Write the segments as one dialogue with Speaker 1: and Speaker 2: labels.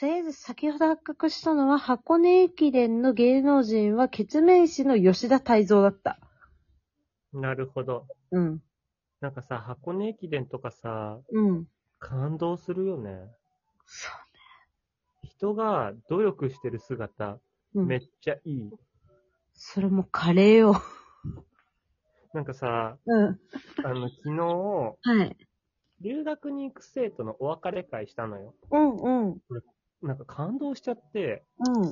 Speaker 1: とりあえず先ほど発覚したのは、箱根駅伝の芸能人は、ケツメイシの吉田泰造だった。
Speaker 2: なるほど。
Speaker 1: うん。
Speaker 2: なんかさ、箱根駅伝とかさ、
Speaker 1: うん。
Speaker 2: 感動するよね。
Speaker 1: そ
Speaker 2: 人が努力してる姿、
Speaker 1: う。う
Speaker 2: め
Speaker 1: ん
Speaker 2: っ。ちゃいい。
Speaker 1: それもうカレーよ。
Speaker 2: なんかさ、
Speaker 1: うん。
Speaker 2: あの、昨日、
Speaker 1: はい。
Speaker 2: 留学に行く生徒のお別れ会したのよ。
Speaker 1: うんうん。
Speaker 2: なんか感動しちゃって、
Speaker 1: うん。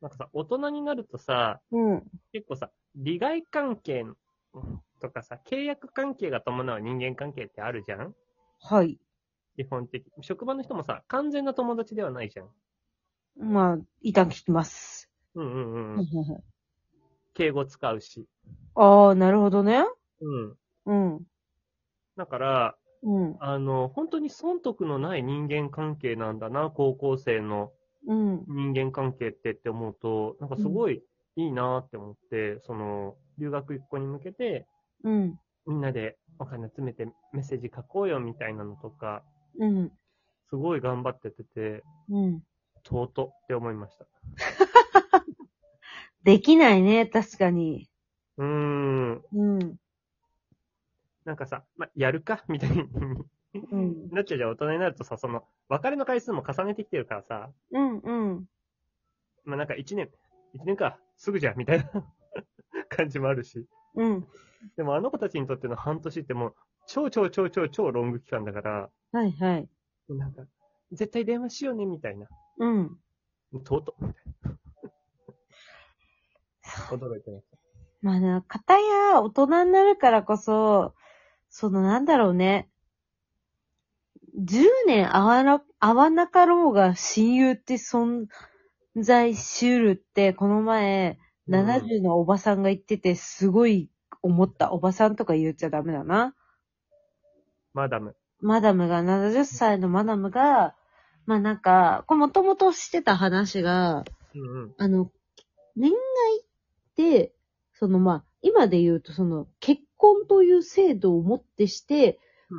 Speaker 2: なんかさ、大人になるとさ、
Speaker 1: うん。
Speaker 2: 結構さ、利害関係とかさ、契約関係が伴う人間関係ってあるじゃん
Speaker 1: はい。
Speaker 2: 基本的。職場の人もさ、完全な友達ではないじゃん。
Speaker 1: まあ、一旦聞きます。
Speaker 2: うんうん
Speaker 1: は
Speaker 2: う
Speaker 1: い
Speaker 2: ん。
Speaker 1: はいはい
Speaker 2: 敬語使うし。
Speaker 1: ああ、なるほどね。
Speaker 2: うん。
Speaker 1: うん。
Speaker 2: だから、
Speaker 1: うん。
Speaker 2: あの、本当に損得のない人間関係なんだな、高校生の
Speaker 1: うん。
Speaker 2: 人間関係ってって思うと、なんかすごいいいなって思って、その、留学行く子に向けて、
Speaker 1: うん。
Speaker 2: みんなでお金集めてメッセージ書こうよみたいなのとか、
Speaker 1: うん。
Speaker 2: すごい頑張っててて、
Speaker 1: うん。
Speaker 2: 尊って思いました。
Speaker 1: できないね、確かに。
Speaker 2: うーん。
Speaker 1: うん。
Speaker 2: なんかさ、ま、やるかみたいに
Speaker 1: うん。
Speaker 2: なっちゃうじゃん。大人になるとさ、その、別れの回数も重ねてきてるからさ、
Speaker 1: うん。うん。
Speaker 2: まあ、なんか一年、一年か、すぐじゃん、みたいな 感じもあるし。
Speaker 1: うん。
Speaker 2: でもあの子たちにとっての半年ってもう、超超超超超ロング期間だから、
Speaker 1: はいはい。
Speaker 2: なんか、絶対電話しようね、みたいな。
Speaker 1: うん。
Speaker 2: とうとう、みたいな。驚いてます。
Speaker 1: まあね、かたや大人になるからこそ、そのなんだろうね。10年会わな、会わなかろうが親友って存在しうるって、この前、70のおばさんが言ってて、すごい思った。おばさんとか言っちゃダメだな。
Speaker 2: マダム。
Speaker 1: マダムが、70歳のマダムが、まあなんか、これもともとしてた話が、
Speaker 2: うんうん。
Speaker 1: あの、恋愛って、そのまあ、今で言うとその結婚という制度をもってして、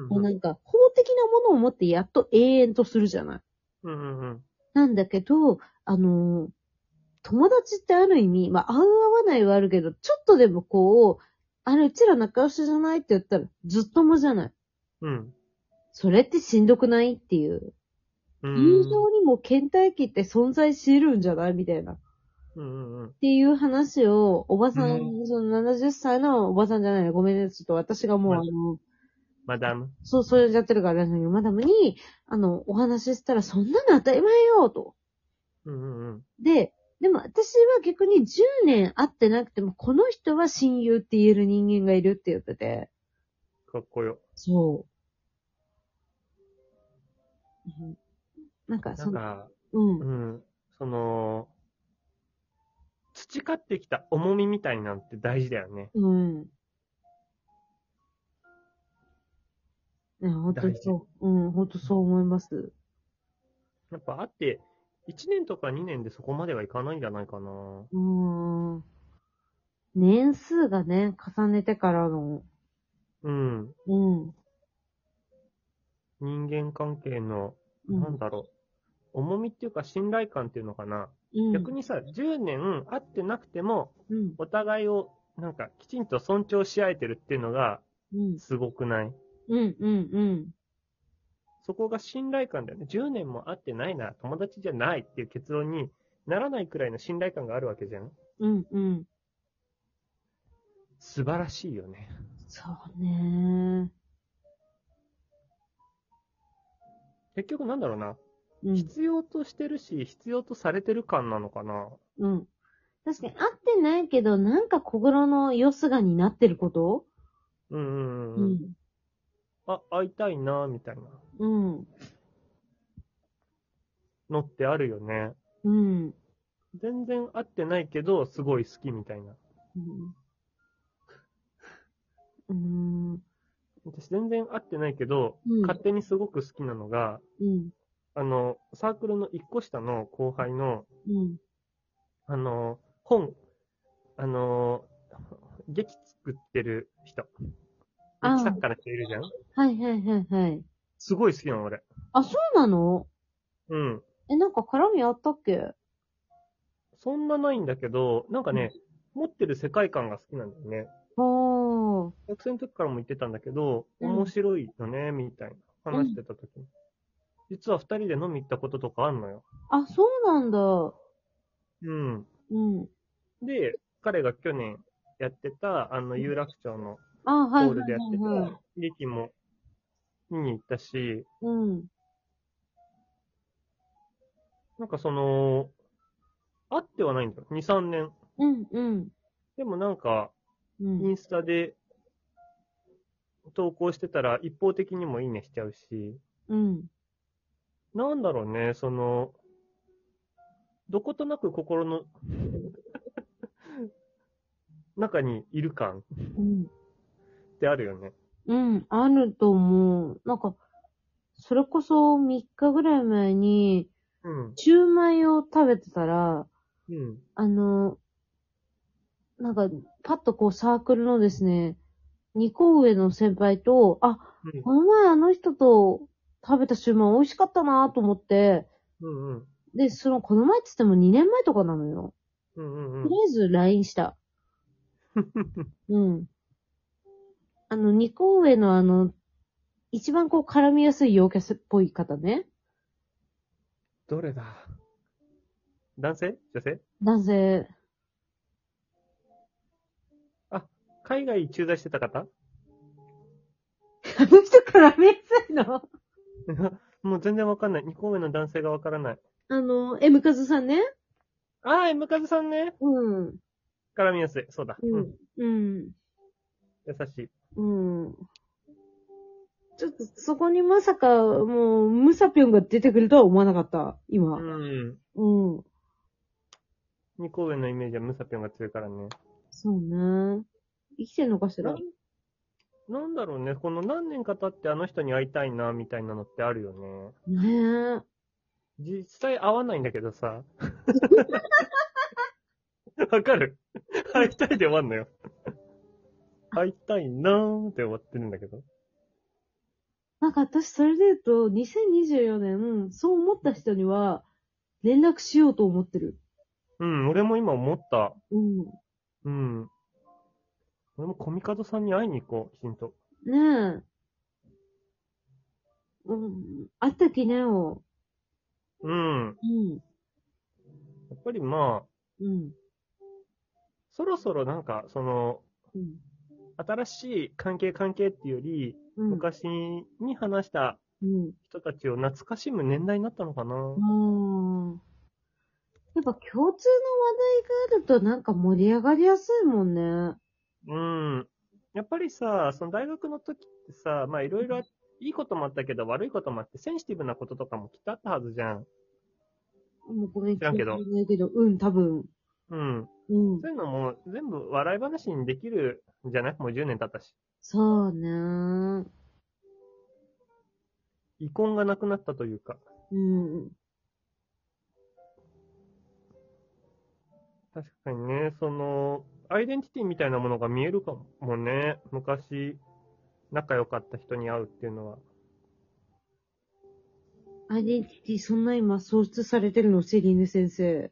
Speaker 1: もうなんか法的なものをもってやっと永遠とするじゃない。
Speaker 2: うんうんうん。
Speaker 1: なんだけど、あの、友達ってある意味、まあ、合う合わないはあるけど、ちょっとでもこう、あれ、うちら仲良しじゃないって言ったら、ずっともじゃない。
Speaker 2: うん。
Speaker 1: それってしんどくないっていう。
Speaker 2: うん。
Speaker 1: 友情にも倦怠期って存在し得るんじゃないみたいな。
Speaker 2: うんうんうん。
Speaker 1: っていう話を、おばさん、
Speaker 2: う
Speaker 1: その70歳のおばさんじゃないの、ごめんね、ちょっと私がもう、
Speaker 2: は
Speaker 1: あ
Speaker 2: い
Speaker 1: の、
Speaker 2: マダム。
Speaker 1: そう、それやってるからあれなんだけど、マダムに、あの、お話ししたら、そんなの当たり前よ、と。
Speaker 2: うんうんうん。
Speaker 1: で、でも私は逆に10年会ってなくても、この人は親友って言える人間がいるって言ってて。
Speaker 2: かっこよ。
Speaker 1: そう。うんなんか、
Speaker 2: な
Speaker 1: そ
Speaker 2: ん
Speaker 1: の、
Speaker 2: か、
Speaker 1: うん
Speaker 2: う。ん。その、培ってきた重みみたいなんて大事だよね。
Speaker 1: うん。ね、本当にそう。うん、本当そう思います。
Speaker 2: やっぱあって、1年とか2年でそこまではいかないんじゃないかな。
Speaker 1: うーん。年数がね、重ねてからの、
Speaker 2: う
Speaker 1: う
Speaker 2: ん。
Speaker 1: ん。
Speaker 2: 人間関係の、
Speaker 1: うん
Speaker 2: なんだろう、重みっていうか信頼感っていうのかな。
Speaker 1: うん。
Speaker 2: 逆にさ、10年会ってなくても、
Speaker 1: うん。
Speaker 2: お互いをなんかきちんと尊重し合えてるっていうのが
Speaker 1: うん。
Speaker 2: すごくない
Speaker 1: うん。うん。うん。
Speaker 2: そこが信頼感だよね。10年も会ってないな、友達じゃないっていう結論にならないくらいの信頼感があるわけじゃん。
Speaker 1: うん。うん。
Speaker 2: 素晴らしいよね。
Speaker 1: そうね
Speaker 2: 結局なんだろうな。
Speaker 1: うん。
Speaker 2: 必要としてるし、必要とされてる感なのかな。
Speaker 1: うん。確かに会ってないけど、なんか小黒のよすがになってること
Speaker 2: うんうん
Speaker 1: う
Speaker 2: うんうん。
Speaker 1: ん。
Speaker 2: あ、会いたいな、みたいな
Speaker 1: うん。
Speaker 2: のってあるよね。
Speaker 1: うん。
Speaker 2: 全然会ってないけど、すごい好きみたいな。
Speaker 1: うん。うん。
Speaker 2: 私全然会ってないけど、
Speaker 1: うん
Speaker 2: 勝手にすごく好きなのが、
Speaker 1: うん。
Speaker 2: あの、サークルの一個下の後輩の、
Speaker 1: うん。
Speaker 2: あの、本、あの、劇作ってる人。
Speaker 1: あ
Speaker 2: 劇作家の人いるじゃん
Speaker 1: はいはいはいはい。
Speaker 2: すごい好きなの、俺。
Speaker 1: あ、そうなの
Speaker 2: うん。
Speaker 1: え、なんか絡みあったっけ
Speaker 2: そんなないんだけど、なんかね、持ってる世界観が好きなんだよね。
Speaker 1: おー。
Speaker 2: 学生の時からも言ってたんだけど、
Speaker 1: うん
Speaker 2: 面白いよね、みたいな話してた時に。実は二人で飲み行ったこととかあんのよ。
Speaker 1: あ、そうなんだ。
Speaker 2: うん。
Speaker 1: うん。
Speaker 2: で、彼が去年やってた、あの、有楽町の
Speaker 1: あ、
Speaker 2: ホ
Speaker 1: はい
Speaker 2: ー
Speaker 1: は
Speaker 2: ル
Speaker 1: い
Speaker 2: でやって
Speaker 1: はい、はい。
Speaker 2: た、リキも見に行ったし、
Speaker 1: うん。
Speaker 2: なんかその、会ってはないんだよ。2、3年。
Speaker 1: うん、うん。
Speaker 2: でもなんか、
Speaker 1: うん
Speaker 2: イ。ンスタで投稿してたら一方的にもいいねしちゃうし、
Speaker 1: うん。
Speaker 2: なんだろうね、その、どことなく心の 中にいる感
Speaker 1: うん。
Speaker 2: ってあるよね。
Speaker 1: うん、あると思う。なんか、それこそ3日ぐらい前に、
Speaker 2: うん。
Speaker 1: シューマイを食べてたら、
Speaker 2: うん。
Speaker 1: あの、なんか、パッとこうサークルのですね、2個上の先輩と、あ、
Speaker 2: うん
Speaker 1: この前あの人と食べたシューマイ美味しかったなと思って、
Speaker 2: うんうん。
Speaker 1: で、その、この前って言っても2年前とかなのよ。
Speaker 2: うんうん
Speaker 1: と
Speaker 2: うん
Speaker 1: り。あえず LINE した。 うん。あの、二個上のあの、一番こう絡みやすい陽キャスっぽい方ね。
Speaker 2: どれだ男性女性
Speaker 1: 男性。
Speaker 2: 海外駐在してた方
Speaker 1: あの人絡みやすいの
Speaker 2: もう全然わかんない。2個目の男性がわからない。
Speaker 1: あの、M カズさんね。
Speaker 2: ああ、ムカズさんね。
Speaker 1: うん。
Speaker 2: 絡みやすい。そうだ。
Speaker 1: うん。。うん。
Speaker 2: 優しい。
Speaker 1: うん。ちょっと、そこにまさか、もう、ムサピョンが出てくるとは思わなかった。今。
Speaker 2: うん。
Speaker 1: うん。
Speaker 2: 二個上のイメージはムサピョンが強いからね。
Speaker 1: そうね。生きてんのかしら
Speaker 2: なんだろうね、この何年か経ってあの人に会いたいな、みたいなのってあるよね。
Speaker 1: ねえ。
Speaker 2: 実際会わないんだけどさ。 わかる会いたいで終わんのよ。会いたいなーって終わってるんだけど。
Speaker 1: なんか私それで言うと、2024年、そう思った人には、連絡しようと思ってる。
Speaker 2: うん、俺も今思った。
Speaker 1: うん。
Speaker 2: うん。俺もコミカドさんに会いに行こう、きちんと。
Speaker 1: ねえ。うん。あった記念を。
Speaker 2: うん。
Speaker 1: うん。
Speaker 2: やっぱりまあ、
Speaker 1: うん。
Speaker 2: そろそろなんか、その、
Speaker 1: うん。
Speaker 2: 新しい関係関係っていうより、
Speaker 1: うん。
Speaker 2: 昔に話した
Speaker 1: うん。
Speaker 2: 人たちを懐かしむ年代になったのかな。
Speaker 1: うん。やっぱ共通の話題があるとなんか盛り上がりやすいもんね。
Speaker 2: うん。やっぱりさ、その大学の時ってさ、まあいろいろあ、いいこともあったけど悪いこともあって、センシティブなこととかもきっとあったはずじゃん。
Speaker 1: もうごめん、
Speaker 2: 知らんけど
Speaker 1: 聞いてないけど。うん、多分。
Speaker 2: うん。
Speaker 1: うん
Speaker 2: そ。ういうのも全部笑い話にできるんじゃないもう10年経ったし。
Speaker 1: そうね。
Speaker 2: 遺恨がなくなったというか。
Speaker 1: うん。
Speaker 2: 確かにね、その、アイデンティティみたいなものが見えるかもね。昔、仲良かった人に会うっていうのは。
Speaker 1: アイデンティティ、そんな今、喪失されてるの、セリーヌ先生。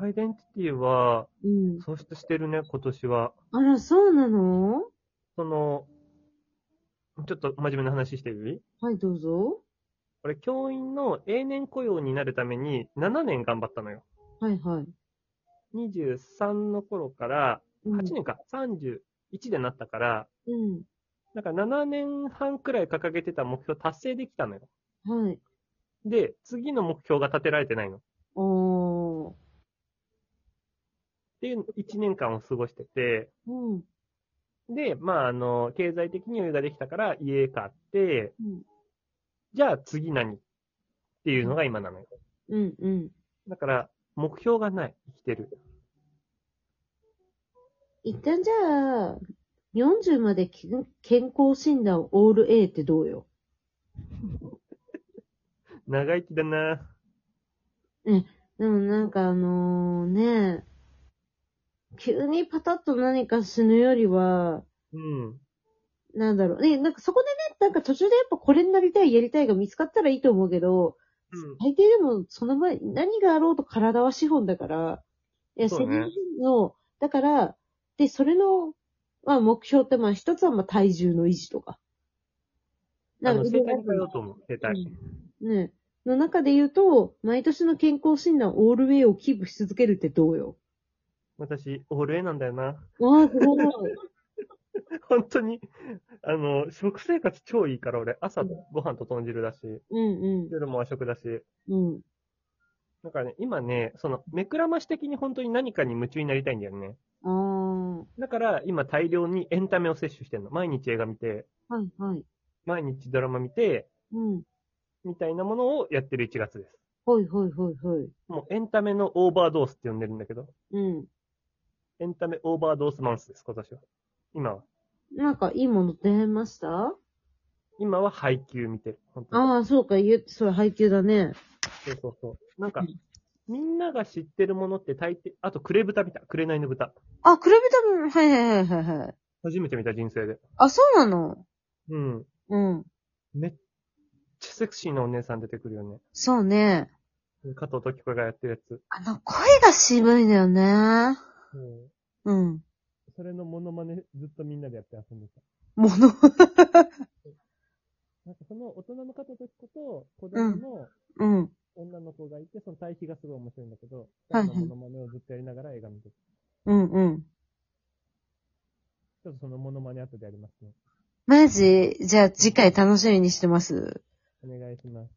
Speaker 2: アイデンティティは、
Speaker 1: うん。
Speaker 2: 喪失してるね、今年は。
Speaker 1: あら、そうなの
Speaker 2: その、ちょっと真面目な話してる
Speaker 1: はい、どうぞ。
Speaker 2: 俺、教員の永年雇用になるために7年頑張ったのよ。
Speaker 1: はい、はい。
Speaker 2: 23の頃から、
Speaker 1: うん
Speaker 2: 8年か、31でなったから、
Speaker 1: うん。
Speaker 2: だから7年半くらい掲げてた目標達成できたのよ。
Speaker 1: はい。
Speaker 2: で、次の目標が立てられてないの。っ
Speaker 1: おー。
Speaker 2: ていう1年間を過ごしてて、
Speaker 1: うん。
Speaker 2: で、まあ、あの、経済的に余裕ができたから家買って、
Speaker 1: うん。
Speaker 2: じゃあ次何っていうのが今なのよ。
Speaker 1: うん、うん。
Speaker 2: だから、目標がない。生きてる。
Speaker 1: 一旦じゃあ、40までけ健康診断オール A ってどうよ。
Speaker 2: 長生きだな
Speaker 1: でもなんかあのー、ね急にパタッと何か死ぬよりは、
Speaker 2: うん。
Speaker 1: なんだろう。ね、なんかそこでね、なんか途中でやっぱこれになりたい、やりたいが見つかったらいいと思うけど、
Speaker 2: う
Speaker 1: 大
Speaker 2: ん。
Speaker 1: 抵でも、その前、何があろうと体は資本だから、いや、
Speaker 2: そうね
Speaker 1: セミの、だから、で、それの、まあ、目標って、まあ、一つは、まあ、体重の維持とか。
Speaker 2: あ
Speaker 1: なん
Speaker 2: の、
Speaker 1: か、
Speaker 2: 生態に変えようと思う。生態。
Speaker 1: ね。の中で言うと、毎年の健康診断オールウェイをキープし続けるってどうよ。
Speaker 2: 私、オール A なんだよな。
Speaker 1: わあ、すごい。
Speaker 2: 本当に、あの、食生活超いいから、俺、朝ご飯と豚汁だし、
Speaker 1: うん
Speaker 2: 夜も和食だし、
Speaker 1: うん。うん。
Speaker 2: なんかね、今ね、その、目くらまし的に本当に何かに夢中になりたいんだよね。
Speaker 1: あ
Speaker 2: だから、今大量にエンタメを摂取してんの。毎日映画見て、
Speaker 1: あ、はいはい。
Speaker 2: 毎日ドラマ見て、
Speaker 1: うん。
Speaker 2: みたいなものをやってる1月です。
Speaker 1: ほいほいほいほい。
Speaker 2: もうエンタメのオーバードースって呼んでるんだけど、
Speaker 1: うん。
Speaker 2: エンタメオーバードースマンスです、今年は。今は。
Speaker 1: なんか、いいもの出ました
Speaker 2: 今は配給見てる。本当に。
Speaker 1: ああ、そうか、言う、それ配給だね。
Speaker 2: そうそうそう。なんか
Speaker 1: うん、
Speaker 2: みんなが知ってるものって大抵、あと、クレブタ見た。紅の豚。
Speaker 1: あ、比べたの、はいはいはいはいはい。
Speaker 2: 初めて見た人生で。
Speaker 1: あ、そうなの
Speaker 2: うん。
Speaker 1: うん。
Speaker 2: めっちゃセクシーなお姉さん出てくるよね。
Speaker 1: そうね。
Speaker 2: 加藤時子がやってるやつ。
Speaker 1: あの、声が渋いんだよね。
Speaker 2: うん。
Speaker 1: うん。
Speaker 2: それのモノマネずっとみんなでやって遊んでた。
Speaker 1: もの。
Speaker 2: なんかその大人の加藤時子と子供の
Speaker 1: うん。
Speaker 2: 女の子がいて、その対比がすごい面白いんだけど、
Speaker 1: はいはい
Speaker 2: そのモノマネをずっとやりながら映画見てる。
Speaker 1: うんうん。
Speaker 2: ちょっとそのモノマネ後でやりますね。
Speaker 1: マジじゃあ次回楽しみにしてます。
Speaker 2: お願いします。